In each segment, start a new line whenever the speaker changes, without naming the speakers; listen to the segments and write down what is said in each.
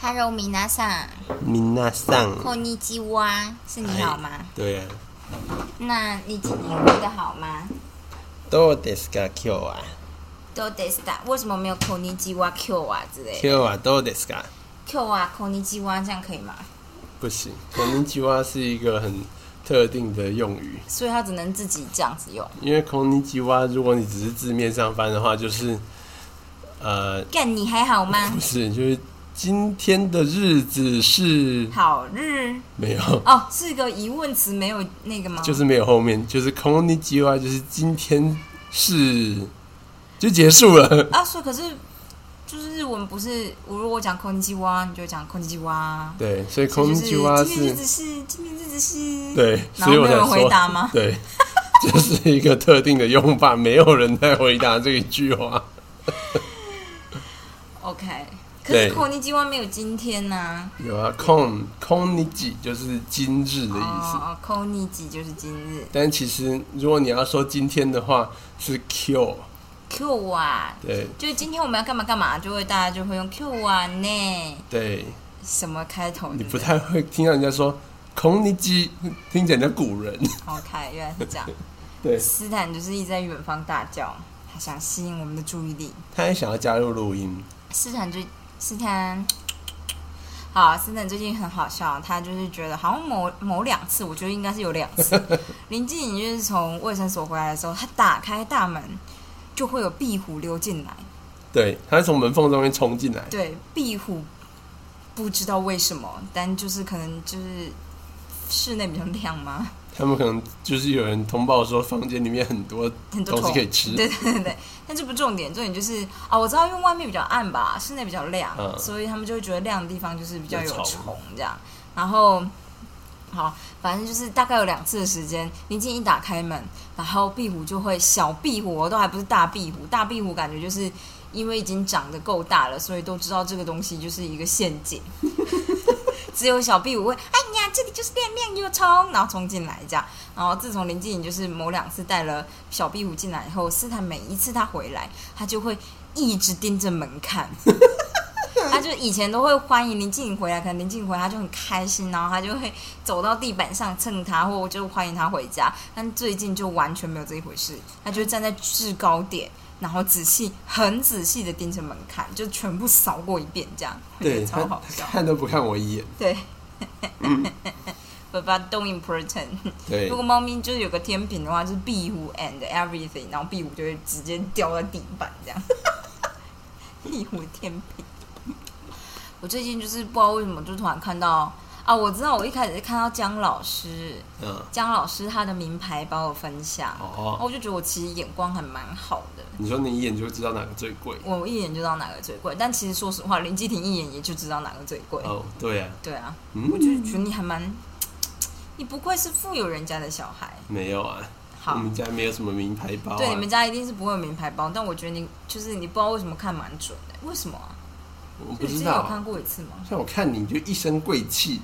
Hello，米娜桑，
米娜桑，
后尼基哇，是你好吗？
对呀、
那你今天过得好吗？
どうですか今日は？
都得是打，为什么没有口尼基哇 Q 啊之类
今日はどうですか？
？Q 啊，口尼基哇这样可以吗？
不行，こんにちは是一个很特定的用语，
所以他只能自己这样子用。
因为こんにちは如果你只是字面上翻的话，就是呃，
干，你还好吗
不？是，就是今天的日子是
好日
没有，
哦，是个疑问词，没有那个吗？
就是没有后面，就是こんにちは就是今天是就结束了。
啊，所以可是就是日文不是，我如果讲口尼基哇，你就讲口尼基哇。
对，所以こ
就
ん
是
にちは
今天日
是
子是今天日子是。
对，
然
所
后
以我
没
才
有人
说
回答吗？
对，这是一个特定的用法，没有人在回答这一句话。
OK，可
对
是口尼基湾没有今天呐、
有啊，空空你几就是今日的意思，
哦，口尼基就是今日
但其实如果你要说今天的话是 Q，
Q 啊，
对
就是今天我们要干嘛干嘛，就会大家就会用 Q 啊呢，
对，
什么开头
你
的？
不太会听到人家说空你几，听起来像古人。
OK，原来是这 样。
对，
斯坦就是一直在远方大叫，他想吸引我们的注意力。
他也想要加入录音，
斯坦最斯坦，好，斯坦最近很好笑，他就是觉得好像某某两次，我觉得应该是有两次。林静颖就是从卫生所回来的时候，他打开大门，就会有壁虎溜进来。
对，他从门缝中间冲进来，
对，壁虎不知道为什么，但就是可能就是室内比较亮嘛，
他们可能就是有人通报说房间里面很多
很多
东
虫
西可以吃，
对对对对，但这不重点，重点就是啊、我知道因为外面比较暗吧，室内比较亮，
嗯
所以他们就会觉得亮的地方就是比较有
有虫
虫这样。然后，好，反正就是大概有两次的时间，林静一打开门，然后壁虎就会小壁虎哦，都还不是大壁虎，大壁虎感觉就是因为已经长得够大了，所以都知道这个东西就是一个陷阱。 只有小壁虎会，哎呀，这里就是亮亮有虫，然后冲进来这样。然后自从林静颖就是某两次带了小壁虎进来以后，斯坦每一次他回来，他就会一直盯着门看。他就以前都会欢迎林静颖回来，可能林静颖回来他就很开心，然后他就会走到地板上蹭他，或就欢迎他回家。但最近就完全没有这一回事，他就站在制高点，然后仔细、很仔细的盯着门看，就全部扫过一遍这样，
对他
超好笑。
看都不看我一眼，
对。 爸爸 don't important。
对
如果猫咪就是有个天平的话，就是壁虎 and everything，然后壁虎就会直接掉在地板这样。 壁虎天平。我最近就是不知道为什么，就突然看到啊，我知道我一开始是看到姜老师，
嗯。
姜老师他的名牌帮我分享，然后
哦，
我就觉得我其实眼光还蛮好的。
你说你一眼就知道哪个最贵？
我一眼就知道哪个最贵，但其实说实话，林继廷一眼也就知道哪个最贵。
哦，对啊，
对啊，
嗯
我就是觉得你还蛮，你不愧是富有人家的小孩。
没有啊，
好，
我们家没有什么名牌包、啊。
对，你们家一定是不会有名牌包，但我觉得你就是你不知道为什么看蛮准的，为什么啊？
我不
你之
知
前有看
道。啊
过一次吗？
像我看你就一身贵气，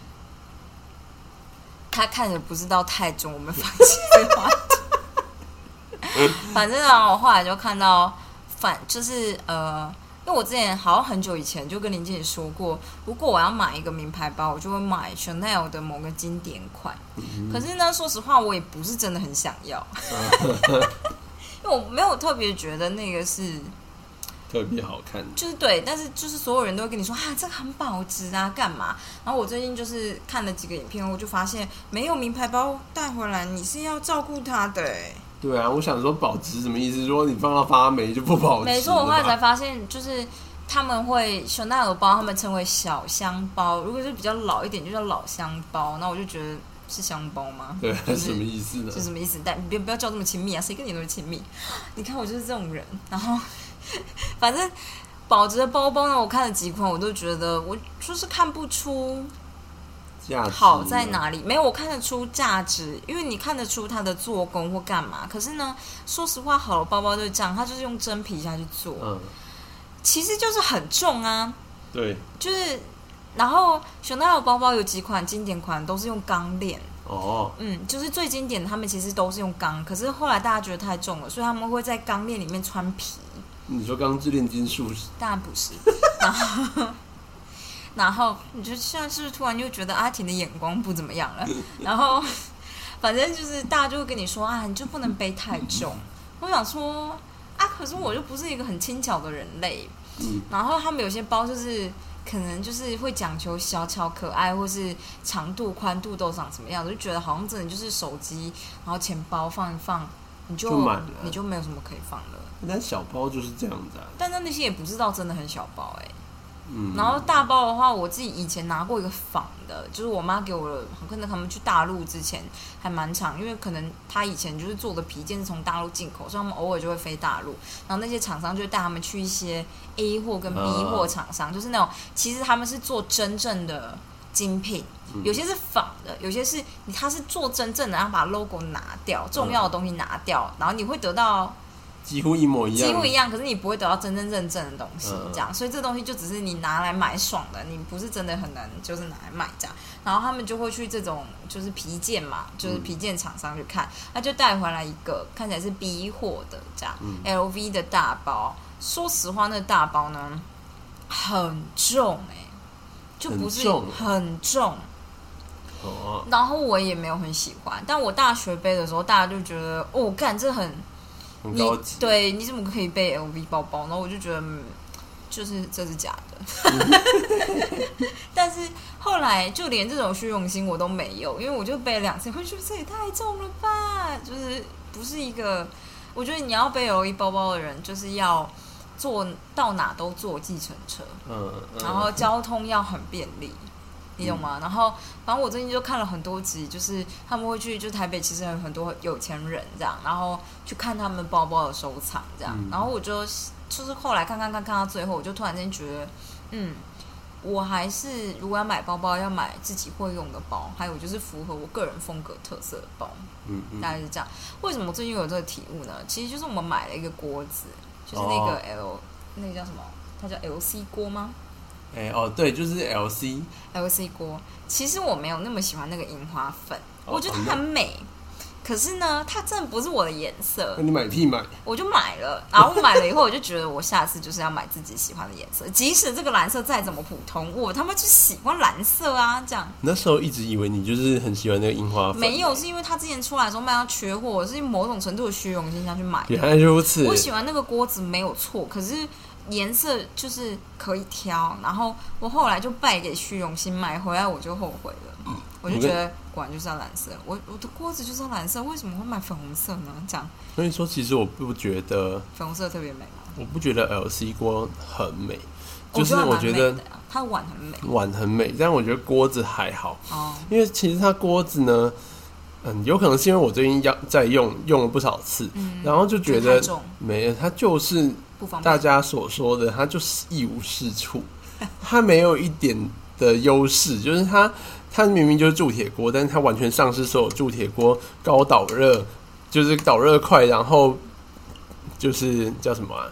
他看的不知道太准，我们放弃这个话题。 反正啊，我后来就看到，反就是呃，因为我之前好像很久以前就跟林经理说过，如果我要买一个名牌包，我就会买 Chanel 的某个经典款。
嗯
可是呢，说实话，我也不是真的很想 要，因为我没有特别觉得那个是。
特别好看。
就是对，但是就是所有人都会跟你说啊，这个很保值啊，干嘛？然后我最近就是看了几个影片，我就发现没有名牌包带回来，你是要照顾它的、欸。
对啊，我想说保值什么意思？如果你放到发霉就不保值了吧。
没错，我后来才发现，就是他们会香奈儿包，他们称为小香包，如果是比较老一点，就叫老香包。那我就觉得是香包吗？
对啊，
就是
什么意思呢
是？什么意思？但 别不要叫这么亲密啊，谁跟你那么亲密？你看我就是这种人。然后， 反正保值的包包呢，我看了几款，我都觉得我就是看不出
价值呢
好在？哪里。没有，我看得出价值，因为你看得出它的做工或干嘛。可是呢，说实话，好的包包就是这样，它就是用真皮下去做，
嗯，
其实就是很重啊，
对，
就是。然后，香奈儿包包有几款经典款都是用钢链，
哦，
嗯，就是最经典的，他们其实都是用钢，可是后来大家觉得太重了，所以他们会在钢链里面穿皮，
你说钢制炼金术士，
当然不是。然后， 然后你就现在是不是突然就觉得阿婷的眼光不怎么样了？ 然后反正就是大家就会跟你说啊，你就不能背太重。我想说啊，可是我就不是一个很轻巧的人类。
嗯
然后他们有些包就是可能就是会讲求小巧可爱，或是长度、宽度都长什么样子，就觉得好像真的就是手机，然后钱包放一放，你就
就满了
你就没有什么可以放了。
但小包就是这样子啊，
但是那些也不知道真的很小包哎、
嗯，
然后大包的话，我自己以前拿过一个仿的，就是我妈给我的，跟着他们去大陆之前还蛮长，因为可能她以前就是做的皮件是从大陆进口，所以他们偶尔就会飞大陆，然后那些厂商就会带他们去一些 A 货跟 B
嗯
货厂商，就是那种其实他们是做真正的精品。
嗯
有些是仿的，有些是你它是做真正的，然后把 logo 拿掉，重要的东西拿掉，然后你会得到
几乎一模一样，嗯
几乎一样，可是你不会得到真真正正的东西，这样，所以这东西就只是你拿来买爽的，你不是真的很难就是拿来卖这样。然后他们就会去这种就是皮件嘛，
嗯
就是皮件厂商去看，他就带回来一个看起来是 B 货的这样、
嗯
l v 的大包。说实话，那大包呢很重哎、就不是
很重
很重
哦，
然后我也没有很喜欢。但我大学背的时候，大家就觉得哦，干这很
很
你
高级，
对，你怎么可以背 LV 包包？然后我就觉得，嗯、就是这是假的。 但是后来就连这种虚荣心我都没有，因为我就背了两次，我就觉得这也太重了吧，就是不是一个。我觉得你要背 LV 包包的人，就是要坐到哪都坐计程车，
嗯，嗯
然后交通要很便利，你懂吗？然后反正我最近就看了很多集，就是他们会去，就台北其实有很多有钱人这样，然后去看他们包包的收藏这样，
嗯
然后我就就是后来看看看看到最后，我就突然间觉得，嗯。我还是如果要买包包，要买自己会用的包，还有就是符合我个人风格特色的包。
嗯嗯
大概是这样。为什么最近有这个体悟呢？其实就是我们买了一个锅子，就是那个
哦
L，、那个叫什么？它叫 LC 锅吗
哎、哦，对，就是 LC，
？LC 锅。其实我没有那么喜欢那个樱花粉，
哦
我觉得它很美。可是呢，它真的不是我的颜色
那，你买屁买，
我就买了。然后我买了以后，我就觉得我下次就是要买自己喜欢的颜色，即使这个蓝色再怎么普通，我他妈就喜欢蓝色啊！这样
那时候一直以为你就是很喜欢那个樱哦花粉，
没有，是因为它之前出来的时候卖到缺货，我是某种程度的虚荣心下去买的。
原来如此
我，喜欢那个锅子没有错，可是颜色就是可以挑。然后我后来就败给虚荣心，买回来我就后悔了。
嗯
我就觉得果然就是要蓝色，我我的锅子就是要蓝色，为什么会买粉红色呢？这样
所以说其实我不觉得，
粉红色特别美吗？
我不觉得 LC 锅很美，就是
我
我
觉
觉
得它蛮
得嗯
美的啊它的碗很美
碗很美，但我觉得锅子还好，
哦。
因为其实它锅子呢，嗯，有可能是因为我最近要在用，用了不少次，
嗯
然后就觉
觉得
得
太重
没有，它就是
不方
大
便，
家所说的，它就是一无是处，它没有一点的优势，就是它它明明就是铸铁锅，但是它完全丧失所有铸铁锅高导热，就是导热快，然后就是叫什么啊？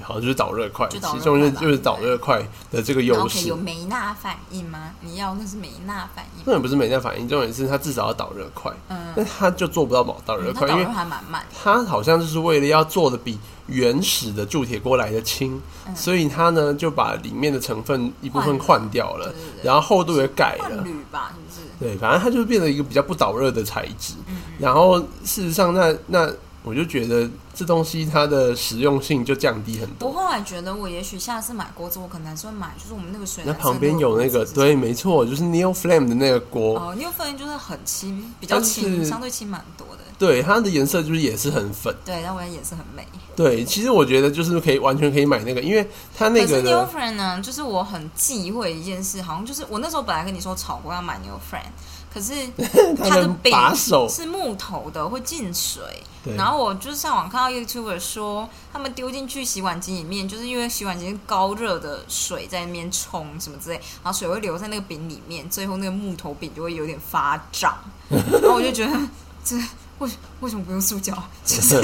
好像就是导热快，
就导热
其中
快
就
吧
就是导热快的这个
然后
优
可以
势
有。梅纳反应吗？你要那是梅纳反应
重，点不是美耐反应，重点是它至少要导热快，
嗯，
但它就做不到导
嗯
热
它
快，因
导
为
热还蛮慢的，
它好像就是为了要做的比原始的铸铁锅来的轻，
嗯
所以它呢就把里面的成分一部分换掉了，
对对对
然后厚度也改
换
了。
铝吧，是不是？
对，反正它就变成一个比较不导热的材质。
嗯
然后事实上那，那我就觉得这东西它的实用性就降低很
我
多。
后来觉得，我也许下次买锅子，我可能还是会买，就是我们那个水
那
蓝色
旁边有那个，
锅子
对，没错，就是 Neo Flame 的那个锅，
哦，六分就是很轻，比较
但是
轻，相对轻蛮多的。
对，它的颜色就是也是很粉。
对，但我的颜色很美。
对，其实我觉得就是可以完全可以买那个，因为它那
可
个
是
呢
New，Friend 呢，就是我很忌讳一件事，好像就是我那时候本来跟你说炒锅要买 New Friend，可 是它
的
柄
把手，
是木头的，会进水。
对，
然后我就上网看到 YouTuber 说，他们丢进去洗碗机里面，就是因为洗碗机是高热的水在那边冲什么之类，然后水会留在那个饼里面，最后那个木头饼就会有点发胀。 然后我就觉得，这为为什么不用塑胶？就是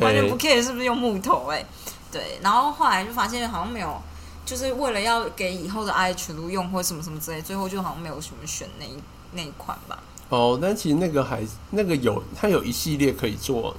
完全不 care 是不是用木头哎、对，然后后来就发现好像没有，就是为了要给以后的 i h 路用或什么什么之类，最后就好像没有什么选那一那一款吧。
哦，但其实那个还那个有，它有一
嗯
系列可以做，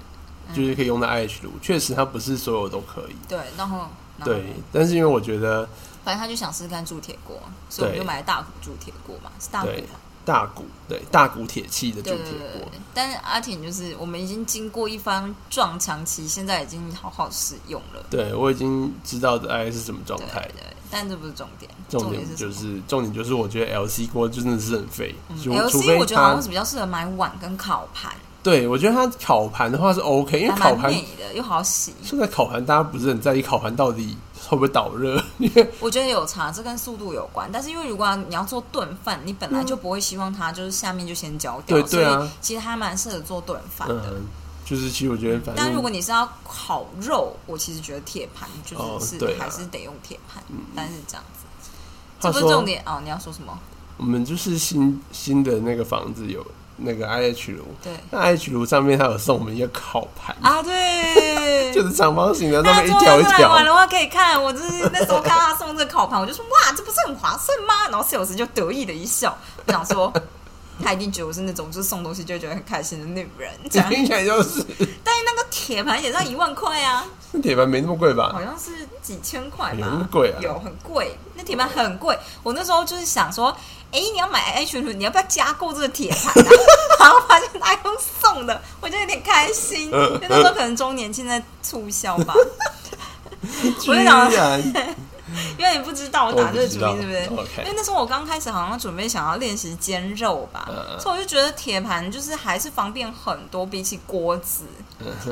就是可以用在 IH 炉，确实它不是所有都可以。
对，然后然后
对，但是因为我觉得
反正他就想试试看铸铁锅，所以我们
对
就买了大骨铸铁锅嘛，是大骨
对
吧
大骨对大骨铁器的铸
对
铁
对对
锅
对，，但是阿挺就是我们已经经过一番撞墙期，现在已经好好使用了。
对我已经知道大概是什么状
对对
态了。
对，但这不是重点，
重
点
点
是什
就
么
是重点就是我觉得 LC 锅就真的是很肥，除除
LC 嗯
非
我觉得好
它
像是比较适合买碗跟烤盘，
对我觉得它烤盘的话是 OK，因为
还
烤
蛮
盘
便宜的，又好洗。
现在烤盘大家不是很在意烤盘到底会不会导热，因为
我觉得有差，这跟速度有关。但是因为如果你要做炖饭，你本来就不会希望它就是下面就先焦掉，
对对啊
所以其实它蛮适合做炖饭的。
嗯，就是其实我觉得反
但如果
正
你是要烤肉，我其实觉得铁盘就
哦
是是、
对啊
还是得用铁盘，但是这样子，这
话
不是重
说
点哦。你要说什么？
我们就是新新的那个房子有那个 IH 炉，
对
那 IH 炉上面它有送我们一个烤盘，
啊，对，
嗯 就是长方形的，上
大
面
家
一条一
出来玩
条，
的话可以看，我就是那时候看他送这个烤盘，我就说哇，这不是很划算吗？然后室友时就得意的一笑，我想说 他一定觉得我是那种就是送东西就会觉得很开心的那种人，这 样。
听起来就是
但是那个铁盘也要一万块啊，
那铁盘没那么贵吧
好？像是几千块
有
吧，
那么贵啊
有很贵，那铁盘很贵。我那时候就是想说，哎、你要买 H 轮，你要不要加购这个铁盘啊？ 然后发现他用送的，我就有点开心，因
嗯
为那时候可能周年庆在促销吧。
居
我就想
然
因为你不知道我打这个主意是不是？
我不知道
因为那时候我刚开始好像准备想要练习煎肉吧，
嗯嗯
所以我就觉得铁盘就是还是方便很多，比起锅子。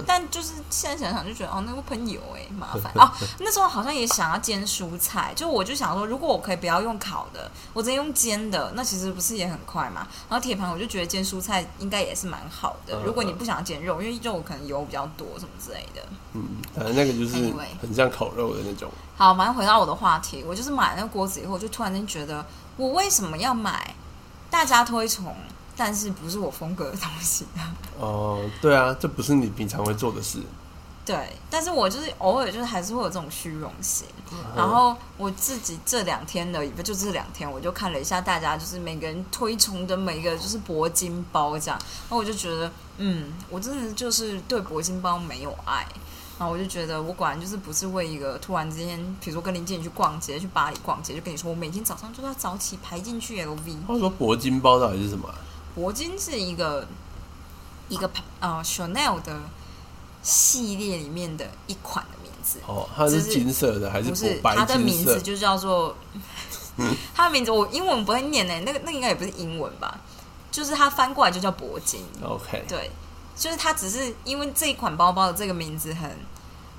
但就是现在想想就觉得哦，那个喷油哎、麻烦哦。那时候好像也想要煎蔬菜，就我就想说，如果我可以不要用烤的，我直接用煎的，那其实不是也很快嘛？然后铁盘我就觉得煎蔬菜应该也是蛮好的
嗯，嗯
如果你不想要煎肉，因为肉可能油比较多什么之类的。
嗯，反正那个就是很像烤肉的那种，
好，马上回到我的话题，我就是买了那个锅子以后，我就突然间觉得，我为什么要买大家推崇但是不是我风格的东西 呢？
哦、对啊，这不是你平常会做的事，
对，但是我就是偶尔就是还是会有这种虚荣心。
嗯
然后我自己这两天的，不就这两天，我就看了一下大家就是每个人推崇的每一个就是铂金包这样，然后我就觉得，嗯，我真的就是对铂金包没有爱。然后我就觉得，我果然就是不是为一个突然之间，比如说跟林建宇去逛街，去巴黎逛街，就跟你说，我每天早上就是要早起排进去 LV。
话说铂金包到底是什么啊、
铂金是一个一个呃 Chanel 的系列里面的一款的名字，
哦，它是金色的还
不是
是白
它的
金
名
色嗯
字？就叫做 它的名字，我英文不会念呢、那个那个应该也不是英文吧，就是它翻过来就叫铂金，
OK，
对，就是它只是因为这一款包包的这个名字很。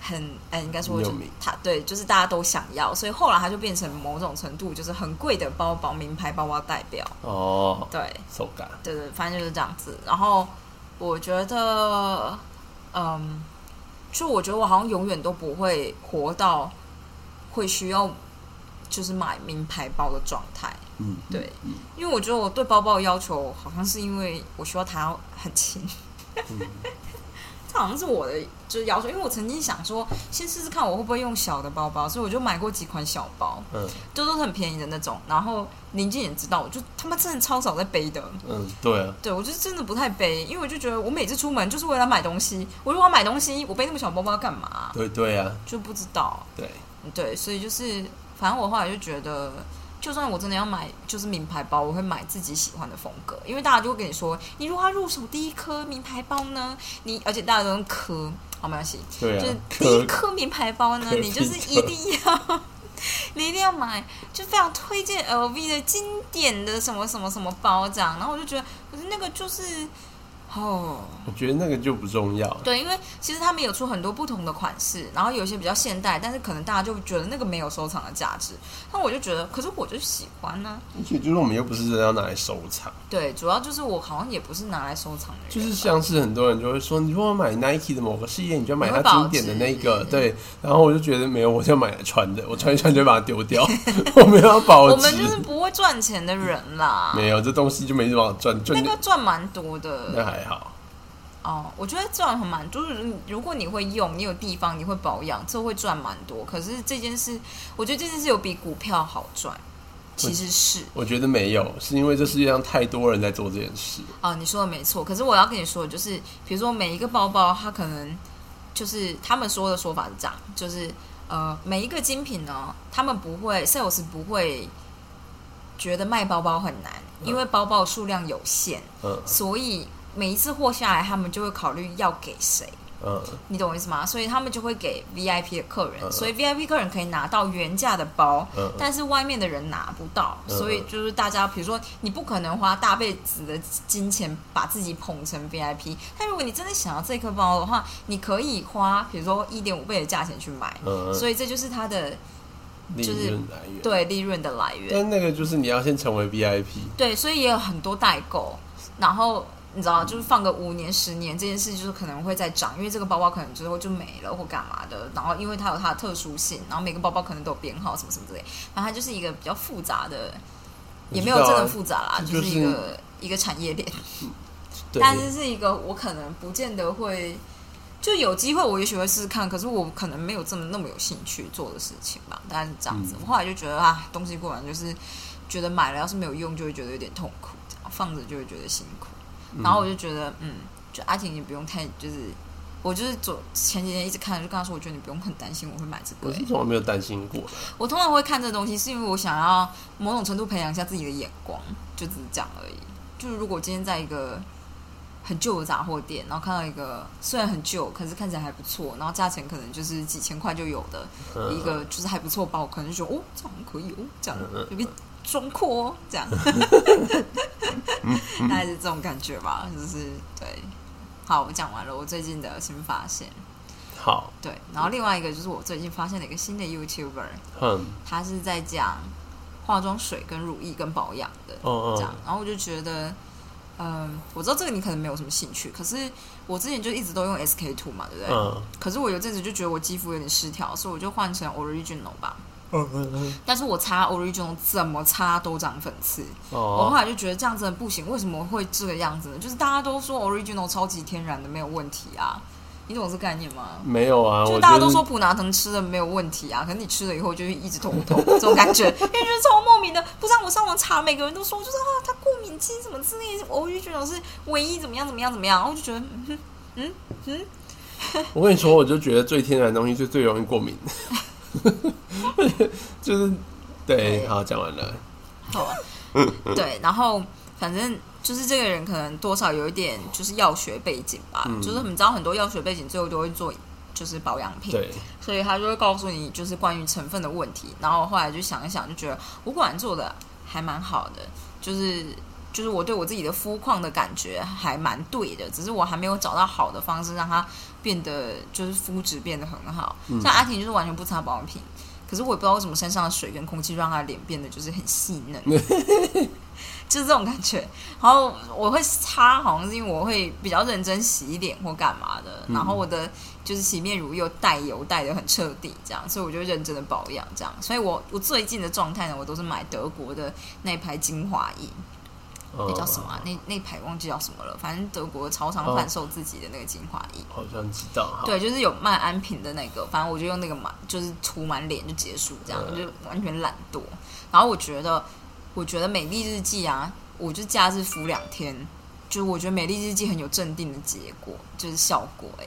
很哎，应该说
很有
就
名
它对，就是大家都想要，所以后来它就变成某种程度就是很贵的包包、名牌包包代表。
哦，
对，
手感
对对，反正就是这样子。然后我觉得，嗯，就我觉得我好像永远都不会活到会需要就是买名牌包的状态。
嗯，
对，因为我觉得我对包包的要求好像是因为我希望它很轻。 这好像是我的就是要求，因为我曾经想说，先试试看我会不会用小的包包，所以我就买过几款小包，
嗯
就都是很便宜的那种。然后林静也知道，我就他妈真的超少在背的，
嗯，对啊，
对，我就是真的不太背，因为我就觉得我每次出门就是为了买东西。我如果要买东西，我背那么小包包干嘛？
对对啊，
就不知道。
对，
对，所以就是，反正我后来就觉得，就算我真的要买就是名牌包，我会买自己喜欢的风格，因为大家就会跟你说，你如果要入手第一颗名牌包呢，你而且大家都用颗，好没关系，
对
就是
啊，
第一
可
颗名牌包呢，
可
你就是
比
一定要， 你一定要买，就非常推荐 LV 的经典的什么什么什么包这样。然后我就觉得，可是那个就是，哦，
我觉得那个就不重要，
对，因为其实他们有出很多不同的款式，然后有一些比较现代，但是可能大家就觉得那个没有收藏的价值。那我就觉得，可是我就喜欢呢、
而且就是我们又不是真的要拿来收藏，
对，主要就是我好像也不是拿来收藏的人吧，
就是像是很多人就会说，你如果买 Nike 的某个系列，你就买它经典的那个，对，然后我就觉得没有，我就买来穿 的，我穿一穿就把它丢掉， 我没有要保
我
值
们，就是不会赚钱的人啦。
没有这东西就没什么好赚，赚
那个赚蛮多的，
那还好，
哦，我觉得赚很蛮多。就是如果你会用，你有地方，你会保养，这会赚蛮多。可是这件事，我觉得这件事有比股票好赚，其实是
我觉得没有，是因为这世界上太多人在做这件事，
啊、你说的没错。可是我要跟你说，就是比如说每一个包包，它可能就是他们说的说法是这样，就是呃，每一个精品呢，他们不会 sales 不会觉得卖包包很难，因为包包数量有限，
嗯
所以每一次货下来，他们就会考虑要给谁，
嗯
你懂我意思吗？所以他们就会给 VIP 的客人，
嗯
所以 VIP 客人可以拿到原价的包，
嗯嗯
但是外面的人拿不到，
嗯
所以就是大家，比如说你不可能花大辈子的金钱把自己捧成 VIP，但如果你真的想要这颗包的话，你可以花比如说一点五倍的价钱去买，
嗯，
所以这就是它的
利
就是
润来源。
对利润的来源。
但那个就是你要先成为 VIP，
对，所以也有很多代购，然后你知道，就是放个五年、十年这件事，就是可能会再涨，因为这个包包可能之后就没了或干嘛的。然后因为它有它的特殊性，然后每个包包可能都有编号什么什么之类，反正它就是一个比较复杂的，也没有
我知道
真
啊
的复杂啦，
这
就
就是是
一个一个产业链，
对，
但是是一个我可能不见得会。就有机会，我也许会试试看，可是我可能没有这么那么有兴趣做的事情吧，大概是这样子。
嗯
我后来就觉得啊，东西果然就是觉得买了要是没有用，就会觉得有点痛苦，这样放着就会觉得辛苦。
嗯
然后我就觉得，嗯，就阿婷，你不用太就是，我就是昨前几天一直看，就跟她说，我觉得你不用很担心我会买这
我
个、
是
欸
从来没有担心过的，
我通常会看这东西，是因为我想要某种程度培养一下自己的眼光，就只是这样而已。就是如果今天在一个很旧的杂货店，然后看到一个虽然很旧，可是看起来还不错，然后价钱可能就是几千块就有的、
嗯
一个，就是还不错包，我可能就觉得哦，这样可以哦，这样
嗯嗯嗯
有个装阔哦，这样，大概是这种感觉吧，就是对。好，我讲完了我最近的新发现，
好，
对，然后另外一个就是我最近发现了一个新的 YouTuber，
嗯，
他是在讲化妆水、跟乳液、跟保养的
哦
这样
哦，，
然后我就觉得，嗯，我知道这个你可能没有什么兴趣，可是我之前就一直都用 SK two 嘛，对不对？
嗯
可是我有阵子就觉得我肌肤有点失调，所以我就换成 Original 吧。
嗯嗯嗯，
但是我擦 Original 怎么擦都长粉刺，我后
哦，
来就觉得这样真的不行，为什么会这个样子呢？就是大家都说 Original 超级天然的没有问题啊，你懂这概念吗？
没有啊，
就
我
大家都
是
说普拿疼吃的没有问题啊，可是你吃了以后就一直头痛，这种感觉，因为就是超莫名的。不是啊我上网查，每个人都说就是啊，他过敏肌什么之类的，我就觉得是唯一怎么样怎么样怎么样，然后我就觉得嗯哼
我跟你说，我就觉得最天然的东西是最容易 过敏，就是对，好，讲完了，
好 啊，对，然后反正就是这个人可能多少有一点就是药学背景吧，
嗯
就是你知道很多药学背景最后都会做就是保养品，
对，
所以他就会告诉你就是关于成分的问题。然后我后来就想一想，就觉得我果然做的还蛮好的，就是就是我对我自己的肤况的感觉还蛮对的，只是我还没有找到好的方式让它变得就是肤质变得很好。
嗯
像阿婷就是完全不擦保养品，可是我也不知道为什么身上的水跟空气让她脸变得就是很细嫩。就是这种感觉，然后我会擦，好像是因为我会比较认真洗脸或干嘛的，然后我的就是洗面乳又带油带的很彻底，这样，所以我就认真的保养这样。所以我我最近的状态呢，我都是买德国的那一排精华液，那
那
叫什么、啊？那那一排忘记叫什么了，反正德国超常
哦
贩售自己的那个精华液。
好像知道，好，
对，就是有卖安瓶的那个，反正我就用那个满，就是涂满脸就结束，这样、
嗯
就完全懒惰。然后我觉得，我觉得美丽日记啊，我就假日敷两天，就我觉得美丽日记很有镇定的结果，就是效果哎、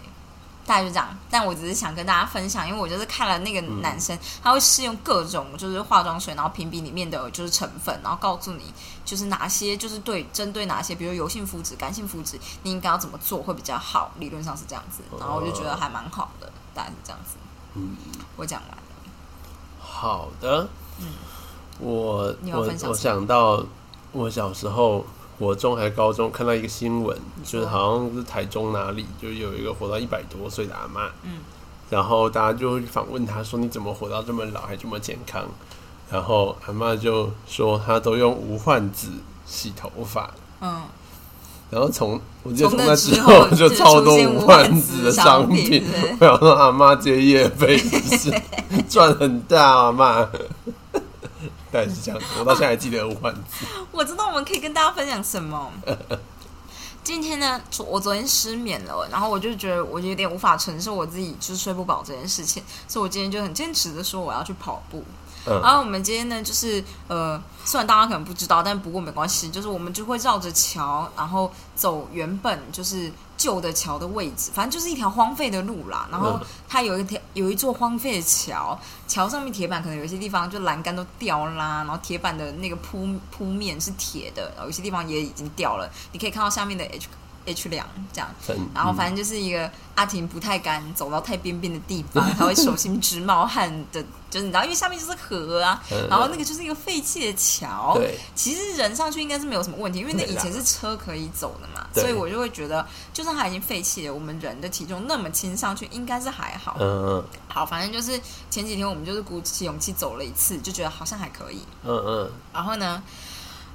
大概就这样，但我只是想跟大家分享，因为我就是看了那个男生，他会试用各种就是化妆水，然后评比里面的就是成分，然后告诉你就是哪些就是对针对哪些，比如油性肤质、干性肤质，你应该要怎么做会比较好，理论上是这样子。然后我就觉得还蛮好的，大概是这样子。
嗯，
我讲完了，
好的，我
嗯你有
我
分享
我
什么
想到我小时候国中还高中看到一个新闻，
说
就是好像是台中哪里就有一个活到一百多岁的阿妈，
嗯，
然后大家就访问她说你怎么活到这么老还这么健康？然后阿妈就说她都用无患子洗头发。
嗯，
然后从我记得
从
从
那
那
之
之
后
后
就
就超
出
多
现
无
无
患
患
子
子
的
商
商
品
品
是不是，
我想说阿妈接业费是不是 赚很大啊妈？但是这样，我到现在还记得无患子。
我知道我们可以跟大家分享什 么。今天呢，昨我昨天失眠了，然后我就觉得我有点无法承受我自己就是睡不饱这件事情，所以我今天就很坚持的说我要去跑步。
嗯
然后我们今天呢，就是呃，虽然大家可能不知道，但不过没关系，就是我们就会绕着桥，然后走原本就是旧的桥的位置，反正就是一条荒废的路啦。然后
嗯
它有一条有一座荒废的桥，桥上面铁板可能有一些地方就栏杆都掉啦，然后铁板的那个铺铺面是铁的，然后有些地方也已经掉了，你可以看到下面的 H H 梁这样。
很
然后反
嗯
正就是一个阿婷不太敢走到太边边的地方，她会手心直冒汗的，就是你知道，因为下面就是河 啊，
嗯
然后那个就是一个废弃的桥。
对，
其实人上去应该是没有什么问题，因为那
对
以
啦
前是车可以走的嘛，
对
所以我就会觉得，就算它已经废弃了，我们人的体重那么轻上去，应该是还好。
嗯
好，反正就是前几天我们就是鼓起勇气走了一次，就觉得好像还可以。
嗯嗯
然后呢，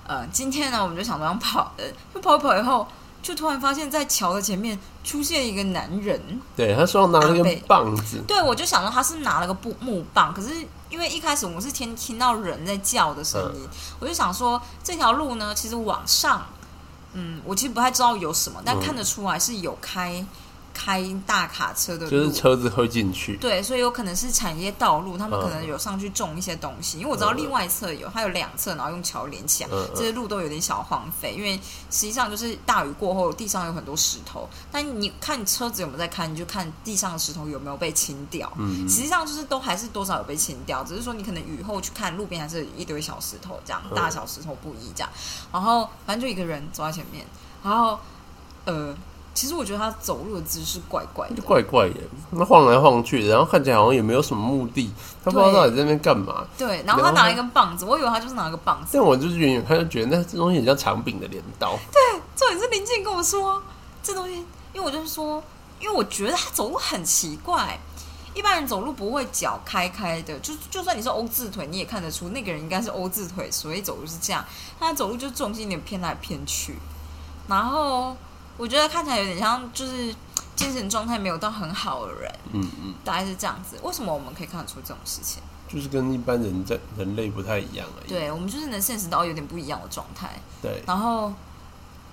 呃，今天呢，我们就想着用跑的，就跑一跑以后，就突然发现，在桥的前面出现一个男人。
嗯，对，他手上拿了
阿
根
贝
棒子，
对，我就想到他是拿了个布木棒，可是因为一开始我们是听听到人在叫的声
嗯
音，我就想说这条路呢，其实往上，嗯，我其实不太知道有什么，但
嗯
看得出来是有开开大卡车的路，
就是车子会进去，
对，所以有可能是产业道路，他们可能
嗯
有上去种一些东西，因为我知道
嗯
另外一侧有，它有两侧，然后用桥连起来，
嗯嗯
这些路都有点小荒废，因为实际上就是大雨过后，地上有很多石头，但你看车子有没有在开，你就看地上的石头有没有被清掉。
嗯
实际上就是都还是多少有被清掉，只是说你可能雨后去看路边还是一堆小石头这样，
嗯
大小石头不一这样。然后反正就一个人走在前面，然后呃，其实我觉得他走路的姿势怪怪的，
怪怪的，那晃来晃去，然后看起来好像也没有什么目的，他不知道
对
到底在那边干嘛。
对，然后他拿了一根棒子，我以为他就是拿了个棒子。
但我就是远远看就觉得那这东西很像长柄的镰刀，
重点是林静跟我说这东西，因为我就是说，因为我觉得他走路很奇怪，一般人走路不会脚开开的，就就算你是 O 字腿，你也看得出那个人应该是 O 字腿，所以走路是这样。他走路就重心有点偏来偏去，然后我觉得看起来有点像就是精神状态没有到很好的人，
嗯嗯，
大概是这样子。为什么我们可以看得出这种事情？
就是跟一般人在人类不太一样而已。
对我们就是能现实到有点不一样的状态。
对，
然后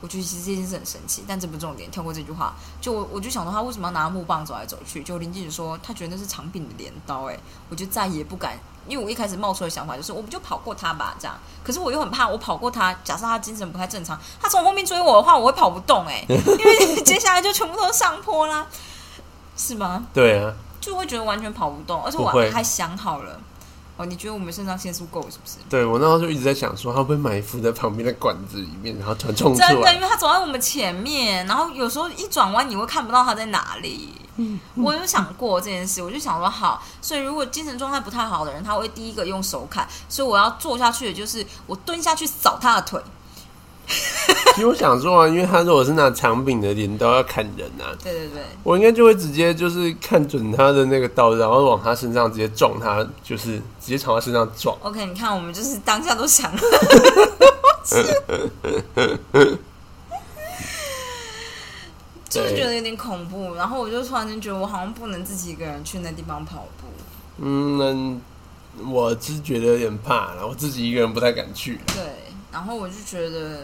我觉得其实这件事很神奇，但这不是重点，跳过这句话。就我我就想到他为什么要拿木棒走来走去？就林静说他觉得那是长柄的镰刀、欸，哎，我就再也不敢，因为我一开始冒出的想法就是我们就跑过他吧，这样。可是我又很怕，我跑过他，假设他精神不太正常，他从我后面追我的话，我会跑不动、 欸，哎，因为接下来就全部都是上坡啦，是吗？
对啊，
就会觉得完全跑不动，而且
不
我
会
还想好了。哦，你觉得我们肾上腺素够是不是？
对我那时候就一直在想说，他会埋伏在旁边的管子里面，然后突然冲出
真的，
来
因。为他走在我们前面，然后有时候一转弯你会看不到他在哪里。我有想过这件事，我就想说好，所以如果精神状态不太好的人，他会第一个用手砍，所以我要做下去的就是我蹲下去扫他的腿。
其实我想说啊，因为他如果是拿长柄的镰刀要砍人啊，
对对对，
我应该就会直接就是看准他的那个刀，然后往他身上直接撞他，就是直接朝他身上撞。
OK，你看我们就是当下都想 了，就是觉得有点恐怖，然后我就突然间觉得我好像不能自己一个人去那地方跑步。
嗯，那我是觉得有点怕啦，我自己一个人不太敢去。
对，然后我就觉得，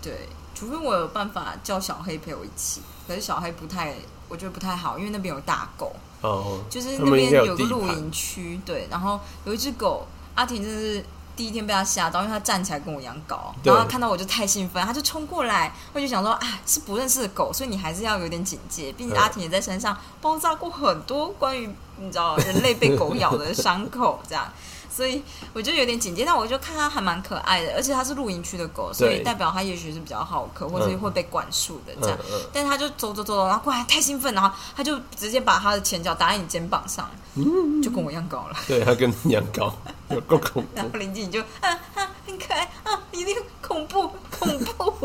对，除非我有办法叫小黑陪我一起，可是小黑不太，我觉得不太好，因为那边有大狗，
哦，
就是
他
那
们应
边
该
有
地
个露
盘。
营区，对，然后有一只狗，阿婷真的是。第一天被它吓到，因为它站起来跟我一样高，
对
然后它看到我就太兴奋，它就冲过来，我就想说啊，是不认识的狗，所以你还是要有点警戒，毕竟
嗯
阿婷也在山上爆炸过很多关于你知道人类被狗咬的伤口这样，所以我就有点警戒，但我就看它还蛮可爱的，而且它是露营区的狗，所以
对
代表它也许是比较好客，或是会被管束的这样
嗯。嗯，
但他就走走走，然后过来太兴奋，然后他就直接把他的前脚打在你肩膀上，
嗯
就跟我一样高了。
对他跟你一样高，有够恐
然后
怖。
林静怡就啊啊，很可爱啊，一定恐怖恐 怖。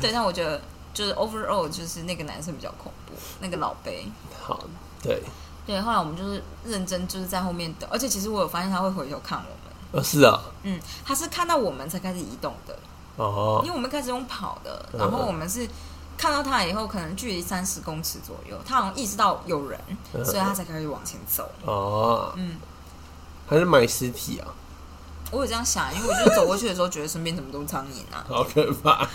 对，但我觉得就是 overall 就是那个男生比较恐怖，那个老贝。
好，对，
对，后来我们就是认真就是在后面等，而且其实我有发现他会回头看我们，
哦是啊，
嗯，他是看到我们才开始移动的。
哦
因，为我们开始用跑的，
嗯
然后我们是看到他以后，可能距离三十公尺左右，他好像意识到有人，
嗯
所以他才开始往前走。
哦，
嗯，
还是埋尸体 啊，
我有这样想，因为我就走过去的时候，觉得身边怎么都是苍蝇 啊，
好可怕。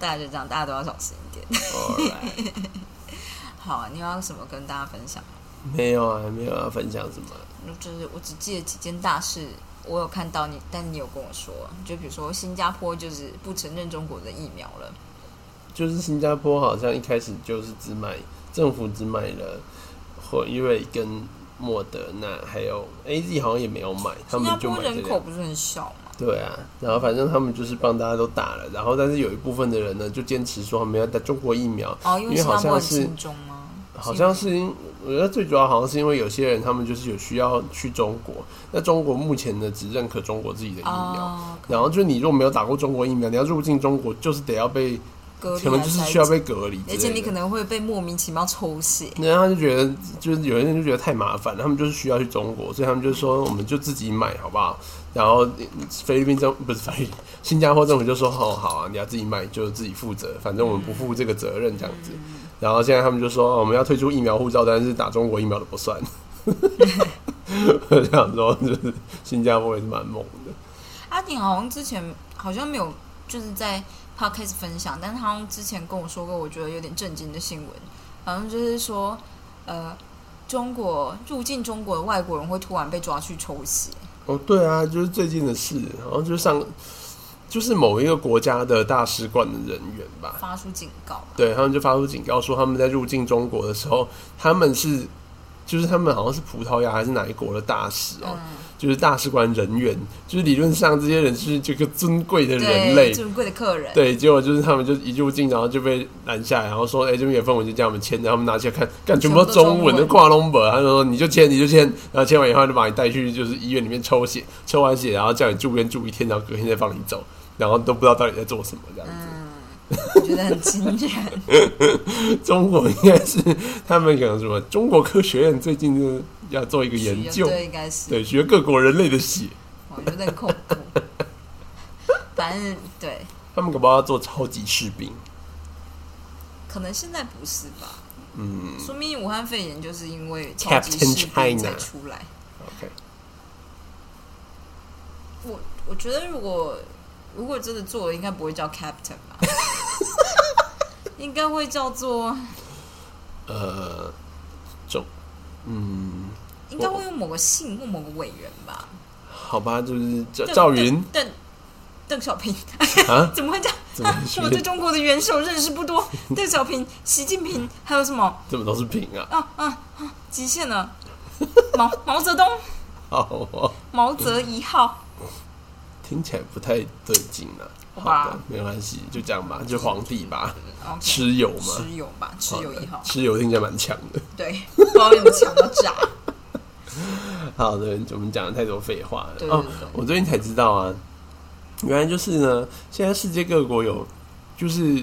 大家就这样， 大家都要小心一点。啊
Alright
好，你有要什么跟大家分享？
没有啊，没有要分享什么。
就是我只记得几件大事，我有看到你，但是你有跟我说，就比如说新加坡就是不承认中国的疫苗了，
就是新加坡好像一开始就是只买政府只买了辉瑞跟莫德纳，还有 A Z 好像也没有买，他
新加
们就
坡
买这
人口
两
不是很小嘛，
对啊，然后反正他们就是帮大家都打了，然后但是有一部分的人呢就坚持说他们要打中国疫苗，
哦，因为
因为
新加
好像
坡很
是
轻中吗？
好像是因我觉得最主要好像是因为有些人他们就是有需要去中国，那中国目前呢只认可中国自己的疫苗，
哦，
然后就你如果没有打过中国疫苗，你要入境中国就是得要被
隔离
可能
还
就是是
筛
需要
检
被隔离之类的，
而且你可能会被莫名其妙抽血，
然后他就觉得，就是有些人就觉得太麻烦，他们就是需要去中国，所以他们就说我们就自己买好不好？然后菲律宾政不是菲律宾，新加坡政府就说哦好啊，你要自己买就自己负责，反正我们不负这个责任这样子。然后现在他们就说、哦我们要推出疫苗护照，但是打中国疫苗的不算。我想说，就是新加坡也是蛮猛的。
阿顶好像之前好像没有就是在 podcast 分享，但是他好像之前跟我说过，我觉得有点震惊的新闻，好像就是说，呃，中国入境中国的外国人会突然被抓去抽血，
哦，对啊，就是最近的事，然后就上就是某一个国家的大使馆的人员吧，
发出警告。
对他们就发出警告说，他们在入境中国的时候，他们是就是他们好像是葡萄牙还是哪一国的大使哦、
嗯，
就是大使馆人员，就是理论上这些人是这个尊贵的人类
对，。尊贵的客人，
对，结果就是他们就一入境，然后就被拦下来，然后说：“哎、这边有份文件，叫我们签。”然后他们拿起来看，看全部都
全部都中
中文的
文
挂 number，他就说：“你就签，你就签。”然后签完以后，他就把你带去就是医院里面抽血，抽完血，然后叫你住院住一天，然后隔天再放你走，然后都不知道到底在做什么这样子。
嗯，我觉得很惊 人。
中国应该是他们讲什么？中国科学院最近就要做一个研究，
对，应该是
对，学各国人类的血，
我觉得很恐怖。反正对，
他们搞不好要做超级士兵。
可能现在不是吧？
嗯
说明武汉肺炎就是因为超级
Captain
士兵
China
才出来。
，OK，
我我觉得如果如果真的做了，应该不会叫 Captain 吧，应该会叫做，
呃，中，嗯，
应该会用某个姓或某个委员吧。
好吧，就是
邓
赵呃赵云
邓邓邓小平
啊，
怎么会这样？
怎么
啊
会是
我对中国的元首认识不 多，邓小平、习近平，还有什么
怎么都是平啊？
啊啊啊，极限了， 毛毛泽东、
好、哦，
毛泽一号。
听起来不太对劲啊。
好
好
吧
的，没关系，就这样吧，就皇帝吧，
OK，
蚩尤嘛，
蚩尤吧，蚩尤一号，
蚩尤听起来蛮强的。
对，不知道你们抢到炸。
好的，我们讲了太多废话了。
对对对
哦，我最近才知道啊，原来就是呢，现在世界各国有，就是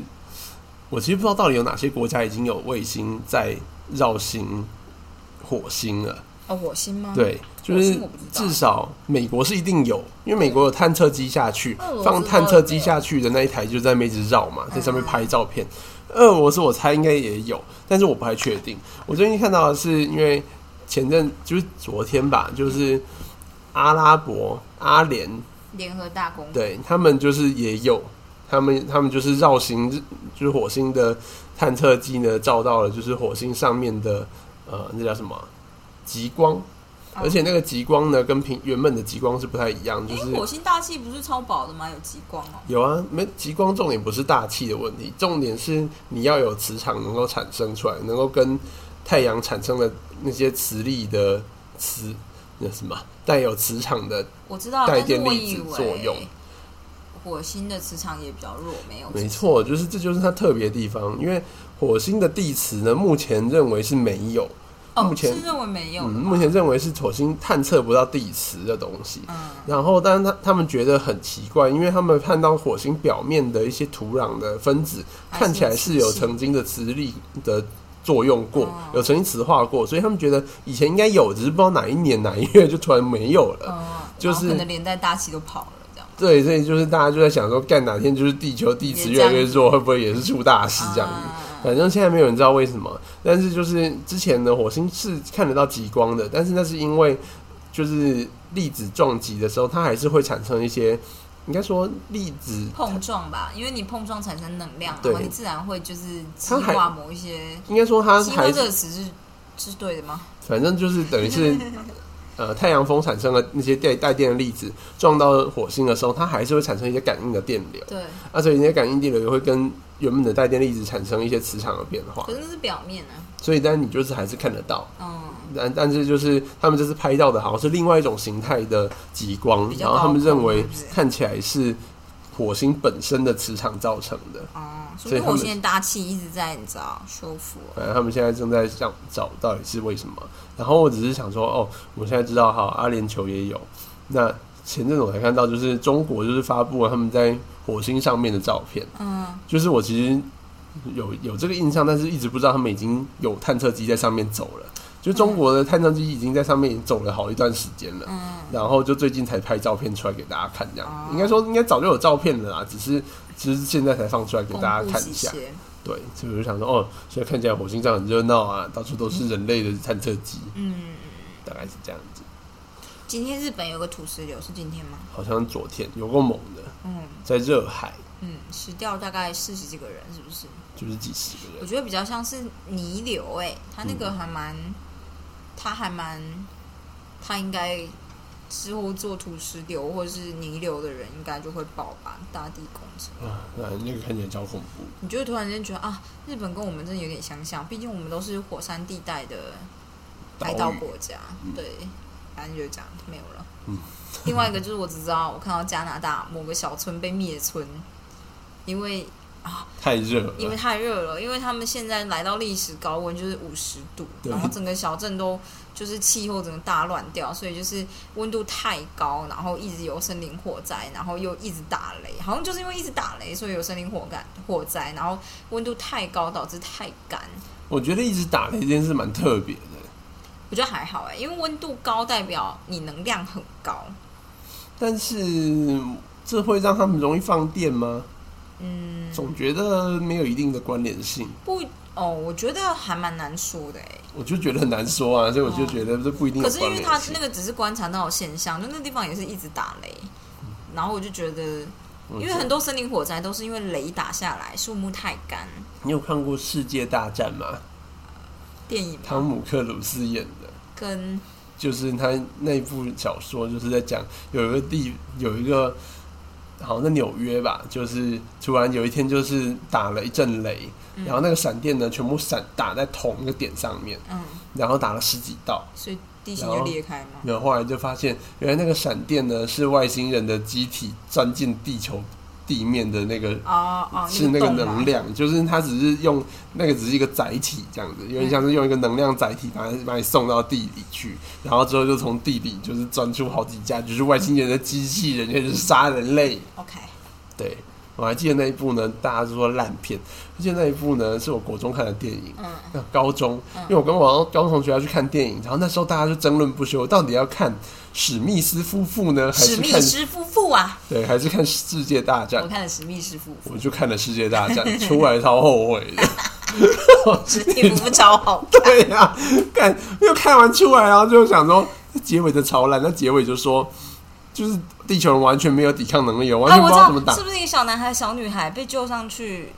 我其实不知道到底有哪些国家已经有卫星在绕行火星了。
哦，火星吗？，
对，就
火
是
星我不知道
至少美国是一定有，因为美国有探测机下去
俄罗，斯
放探测机下去的那一台就在那边一直绕嘛，在上面拍照片。俄罗斯我猜应该也有，但是我不太确定。我最近看到的是，因为前阵就是昨天吧，就是阿拉伯阿联
联合大公
对他们就是也有，他们他们就是绕行，就是火星的探测机呢照到了，就是火星上面的呃那叫什么啊极光，
哦
而且那个极光呢跟平原本的极光是不太一样，就
哎、
是
火星大气不是超薄的吗？有极光哦。
有啊，没极光重点不是大气的问题，重点是你要有磁场能够产生出来，能够跟太阳产生的那些磁力的磁那什么带有磁场的
我知道，
带
但是
电
我
粒
以
子
为
作用
火星的磁场也比较弱，没有。
没错，就是这就是它特别的地方，因为火星的地磁呢，目前认为是没有，
哦，
目前
是认为没有
嗯，
的吗
目前认为是火星探测不到地磁的东西。
嗯
然后，但是他他们觉得很奇怪，因为他们看到火星表面的一些土壤的分子，
还
看起来
是
是
有
有
磁性
曾经的磁力的作用过
哦，
有曾经磁化过，所以他们觉得以前应该有，只是不知道哪一年哪一月就突然没有了。
嗯，
就
然
是
后可能连带大气都跑了，这样。
对，所以就是大家就在想说，干哪天就是地球地磁越来越弱，会不会也是出大事这样子？
啊
反正现在没有人知道为什么，但是就是之前呢，火星是看得到极光的，但是那是因为就是粒子撞击的时候，它还是会产生一些，应该说粒子
碰撞吧，因为你碰撞产生能量，
对
然后你自然会就是激
它还
化某一些。
应该说它
激化
还
这
是
个词是是对的吗？
反正就是等于是，呃，太阳风产生的那些带带电的粒子撞到火星的时候，它还是会产生一些感应的电流，
对，
啊，所以那些感应电流也会跟原本的带电粒子产生一些磁场的变化
可，是那是表面啊。
所以但你就是还是看得到，
嗯，
但但是就是他们这次拍到的好像是另外一种形态的极光
比，较
然后他们
高空
认为
是不是
看起来是火星本身的磁场造成的，
哦、所
所以
以
他们
我现在大气一直在你知道修复哦。
反正他们现在正在想找到底是为什么。然后我只是想说，哦，我现在知道，好，阿联酋也有。那前阵子我才看到，就是中国就是发布了他们在火星上面的照片，
嗯，
就是我其实有有这个印象，但是一直不知道他们已经有探测机在上面走了。就中国的探测机已经在上面走了好一段时间了，
嗯
然后就最近才拍照片出来给大家看，这样
哦
应该说应该早就有照片了啦，只是只是现在才放出来给
公
大家
布
看
这
一下。
些
对，所以我就想说，哦，现在看起来火星上很热闹啊，到处都是人类的探测机，
嗯，
大概是这样子。
今天日本有个土石流，是今天吗？
好像昨天有够猛的，
嗯
在热海
嗯，死掉大概四十几个人，是不是？
就是几十个
我
人，
觉得比较像是泥流、欸，哎，它那个还蛮，它还蛮，它应该之后做土石流或是泥流的人应该就会爆吧，大地工程。
啊，那那个看起来超恐怖。
你就会突然间觉得啊，日本跟我们真的有点相像，毕竟我们都是火山地带的海岛
岛屿
国家，对，反正就这样，没有了。
嗯
另外一个就是我只知道我看到加拿大某个小村被灭村，因为
太热
因为
了，
太热了，因为他们现在来到历史高温，就是五十度，
对
然后整个小镇都就是气候整个大乱掉，所以就是温度太高，然后一直有森林火灾，然后又一直打雷，好像就是因为一直打雷，所以有森林火感火灾，然后温度太高导致太干。
我觉得一直打雷这件事蛮特别的，
我觉得还好哎、因为温度高代表你能量很高，
但是这会让他们容易放电吗？
嗯，
总觉得没有一定的关联性，
不哦，我觉得还蛮难说的哎、
我就觉得很难说啊，所以我就觉得这不一定有
哦可是因
关
为
联
他
性
那。个只是观察到的现象，就那地方也是一直打雷，然后我就觉得，因为很多森林火灾都是因为雷打下来，树木太干。
你有看过《世界大战》吗？
电影
汤
嘛，
姆克鲁斯演的。
跟
就是他那部小说，就是在讲有一个地有一个好像在纽约吧，就是突然有一天就是打了一阵雷，
嗯
然后那个闪电呢全部闪打在同一个点上面，
嗯，
然后打了十几道，
所以地形就裂开嘛。
然后后来就发现原来那个闪电呢是外星人的机体钻进地球地面的那个。
哦哦，
是那个
洞嘛
能量，就是它只是用那个只是一个载体这样子，有点像是用一个能量载体把你把你送到地里去，然后之后就从地里就是钻出好几架就是外星人的机器人，就是杀人类。
OK，
对我还记得那一部呢，大家都说烂片，而且那一部呢是我国中看的电影。
嗯，
那高中，因为我跟我高中同学要去看电影，然后那时候大家就争论不休，到底要看史密斯夫妇呢，还
史
是
密
看
斯夫妇啊，
对，还是看《世界大战》
我？看了史密斯夫妇
我，就看了《世界大战》，出来超后悔的。
史蒂夫超好。
对呀、看又看完出来，然后就想说结尾的超烂。那结尾就说，就是地球人完全没有抵抗能力， 完
啊，
全不
我
知
知
道怎么
道
打
是。不是一个小男孩、小女孩被救上去，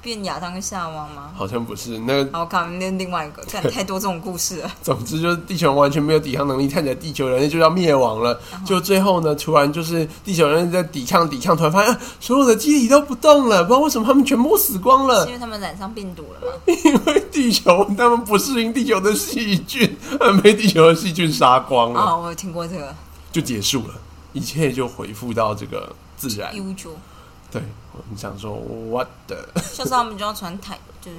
变亚当跟夏娃吗？
好像不是，那
好，我看那另外一个， 看太多这种故事了。
总之就是地球人完全没有抵抗能力，看起来地球人类就要灭亡了。就最后呢，突然就是地球人类在抵抗抵抗，突然发现、啊、所有的机体都不动了，不知道为什么他们全部死光了
是 因。为他们染上病毒了吗？
因为地球他们不适应地球的细菌，呃被地球的细菌杀光了，
哦，我有听过这个
就结束了，一切就恢复到这个自然。
幽酒，
对，我们想说 what 的，
下次他们就要传太就是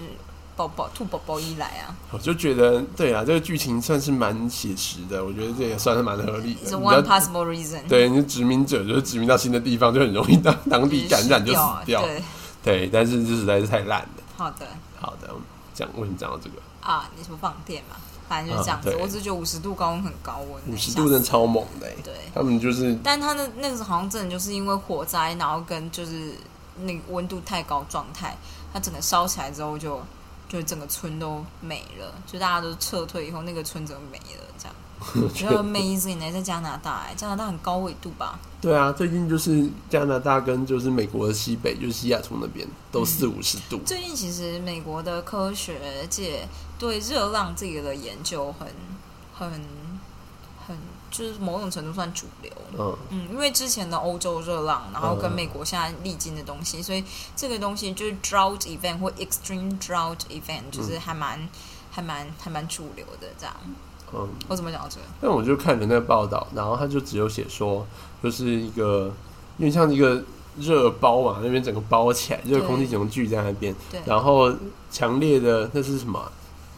宝宝兔宝宝一来啊，
我就觉得对啊，这个剧情算是蛮写实的，我觉得这也算是蛮合理
是
的。你
one
要
possible reason，，
对，你殖民者就是殖民到新的地方，就很容易当当地感染就死
啊
掉。
对，
对，但是这实在是太烂了。
好的
好的，我们讲为什么讲到这个
啊，你什么放电嘛，反正就是这样
啊
子。
对
我只是觉得五十度高温很高温，
五十
吓
度
死
真的超猛的、欸，
对。
他们就是
但他的那个时候好像真的就是因为火灾，然后跟就是那个温度太高状态，它整个烧起来之后就就整个村都没了，就大家都撤退以后，那个村整个没了这样。
我
我觉
觉
得
得
amazing 呢、在加拿大、哎，加拿大很高纬度吧？
对啊，最近就是加拿大跟就是美国的西北，就是西雅图那边都四五十度。
最近其实美国的科学界对热浪这个的研究很、很、很，就是某种程度算主流。
嗯，
嗯，因为之前的欧洲热浪，然后跟
嗯
美国现在历经的东西，所以这个东西就是 drought event 或 extreme drought event，就是还蛮、还蛮、还蛮主流的这样。
嗯，
我怎么讲到这个？
但我就看了那个报道，然后他就只有写说，就是一个因为像一个热包嘛，那边整个包起来，热空气整个聚在那边，
对
然后强烈的那是什么啊？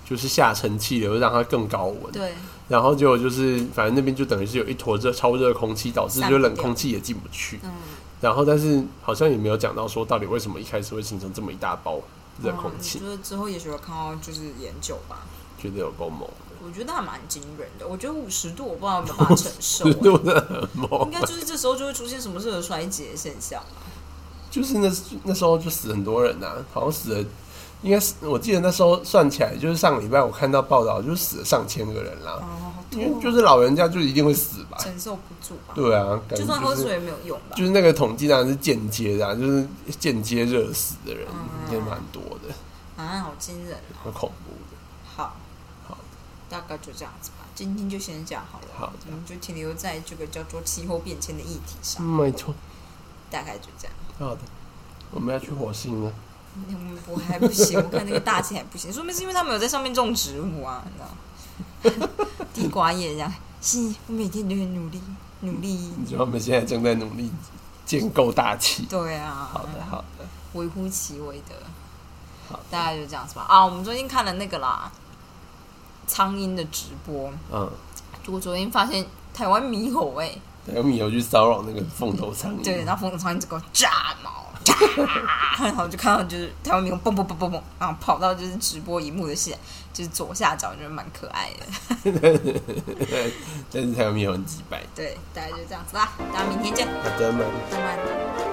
就是下沉气流让它更高温，
对，
然后结果就是反正那边就等于是有一坨热超热空气，导致就冷空气也进不去。
嗯，
然后但是好像也没有讲到说到底为什么一开始会形成这么一大包
哦
热空气，
就是嗯之后也许会看到就是研究吧。
觉得有够猛，
我觉得还蛮惊人的。我觉得五十度我不知道有没有办法承受、
是真的很猛
应。该就是这时候就会出现什么热衰竭现象。
就是那那时候就死很多人呐、好像死了，应该是我记得那时候算起来，就是上礼拜我看到报道，就是死了上千个人啦、
哦，好
因
痛
为
哦
就是老人家就一定会死吧？
承受不住吧？
对啊，感
就
觉
算喝
就是
水也没有用吧
就？是那个统计当然是间接的、啊，就是间接热死的人
嗯
也蛮多的，
啊，好惊人哦！
很恐怖的。
好，
好，
大概就这样子吧。今天就先这样好了。
好的
我们就停留在这个叫做气候变迁的议题上，
嗯，没错，
大概就这样。
好的，我们要去火星了。
我们不还不 行，我看那个大气还不行，说明是因为他们有在上面种植物啊，你 知道，地瓜叶这样。是，我每天都很努力，努力。
你知道我们现在正在努力建构大气。
对啊，
好的，好的，
微乎其微的，
好的
大概就这样子吧。啊，我们最近看了那个啦，苍蝇的直播，
嗯，
我昨天发现台湾猕猴哎、
对我们以后去骚扰那个凤头苍蝇。
对，然后风苍蝇就给我炸毛，炸，然后我就看到就是台湾民工蹦蹦蹦蹦蹦，然后跑到就是直播荧幕的线，就是左下角，就是蛮可爱的。
但是台湾没有很几百，
对，大概就这样子啦，大家明天见，
好的吗？
拜拜。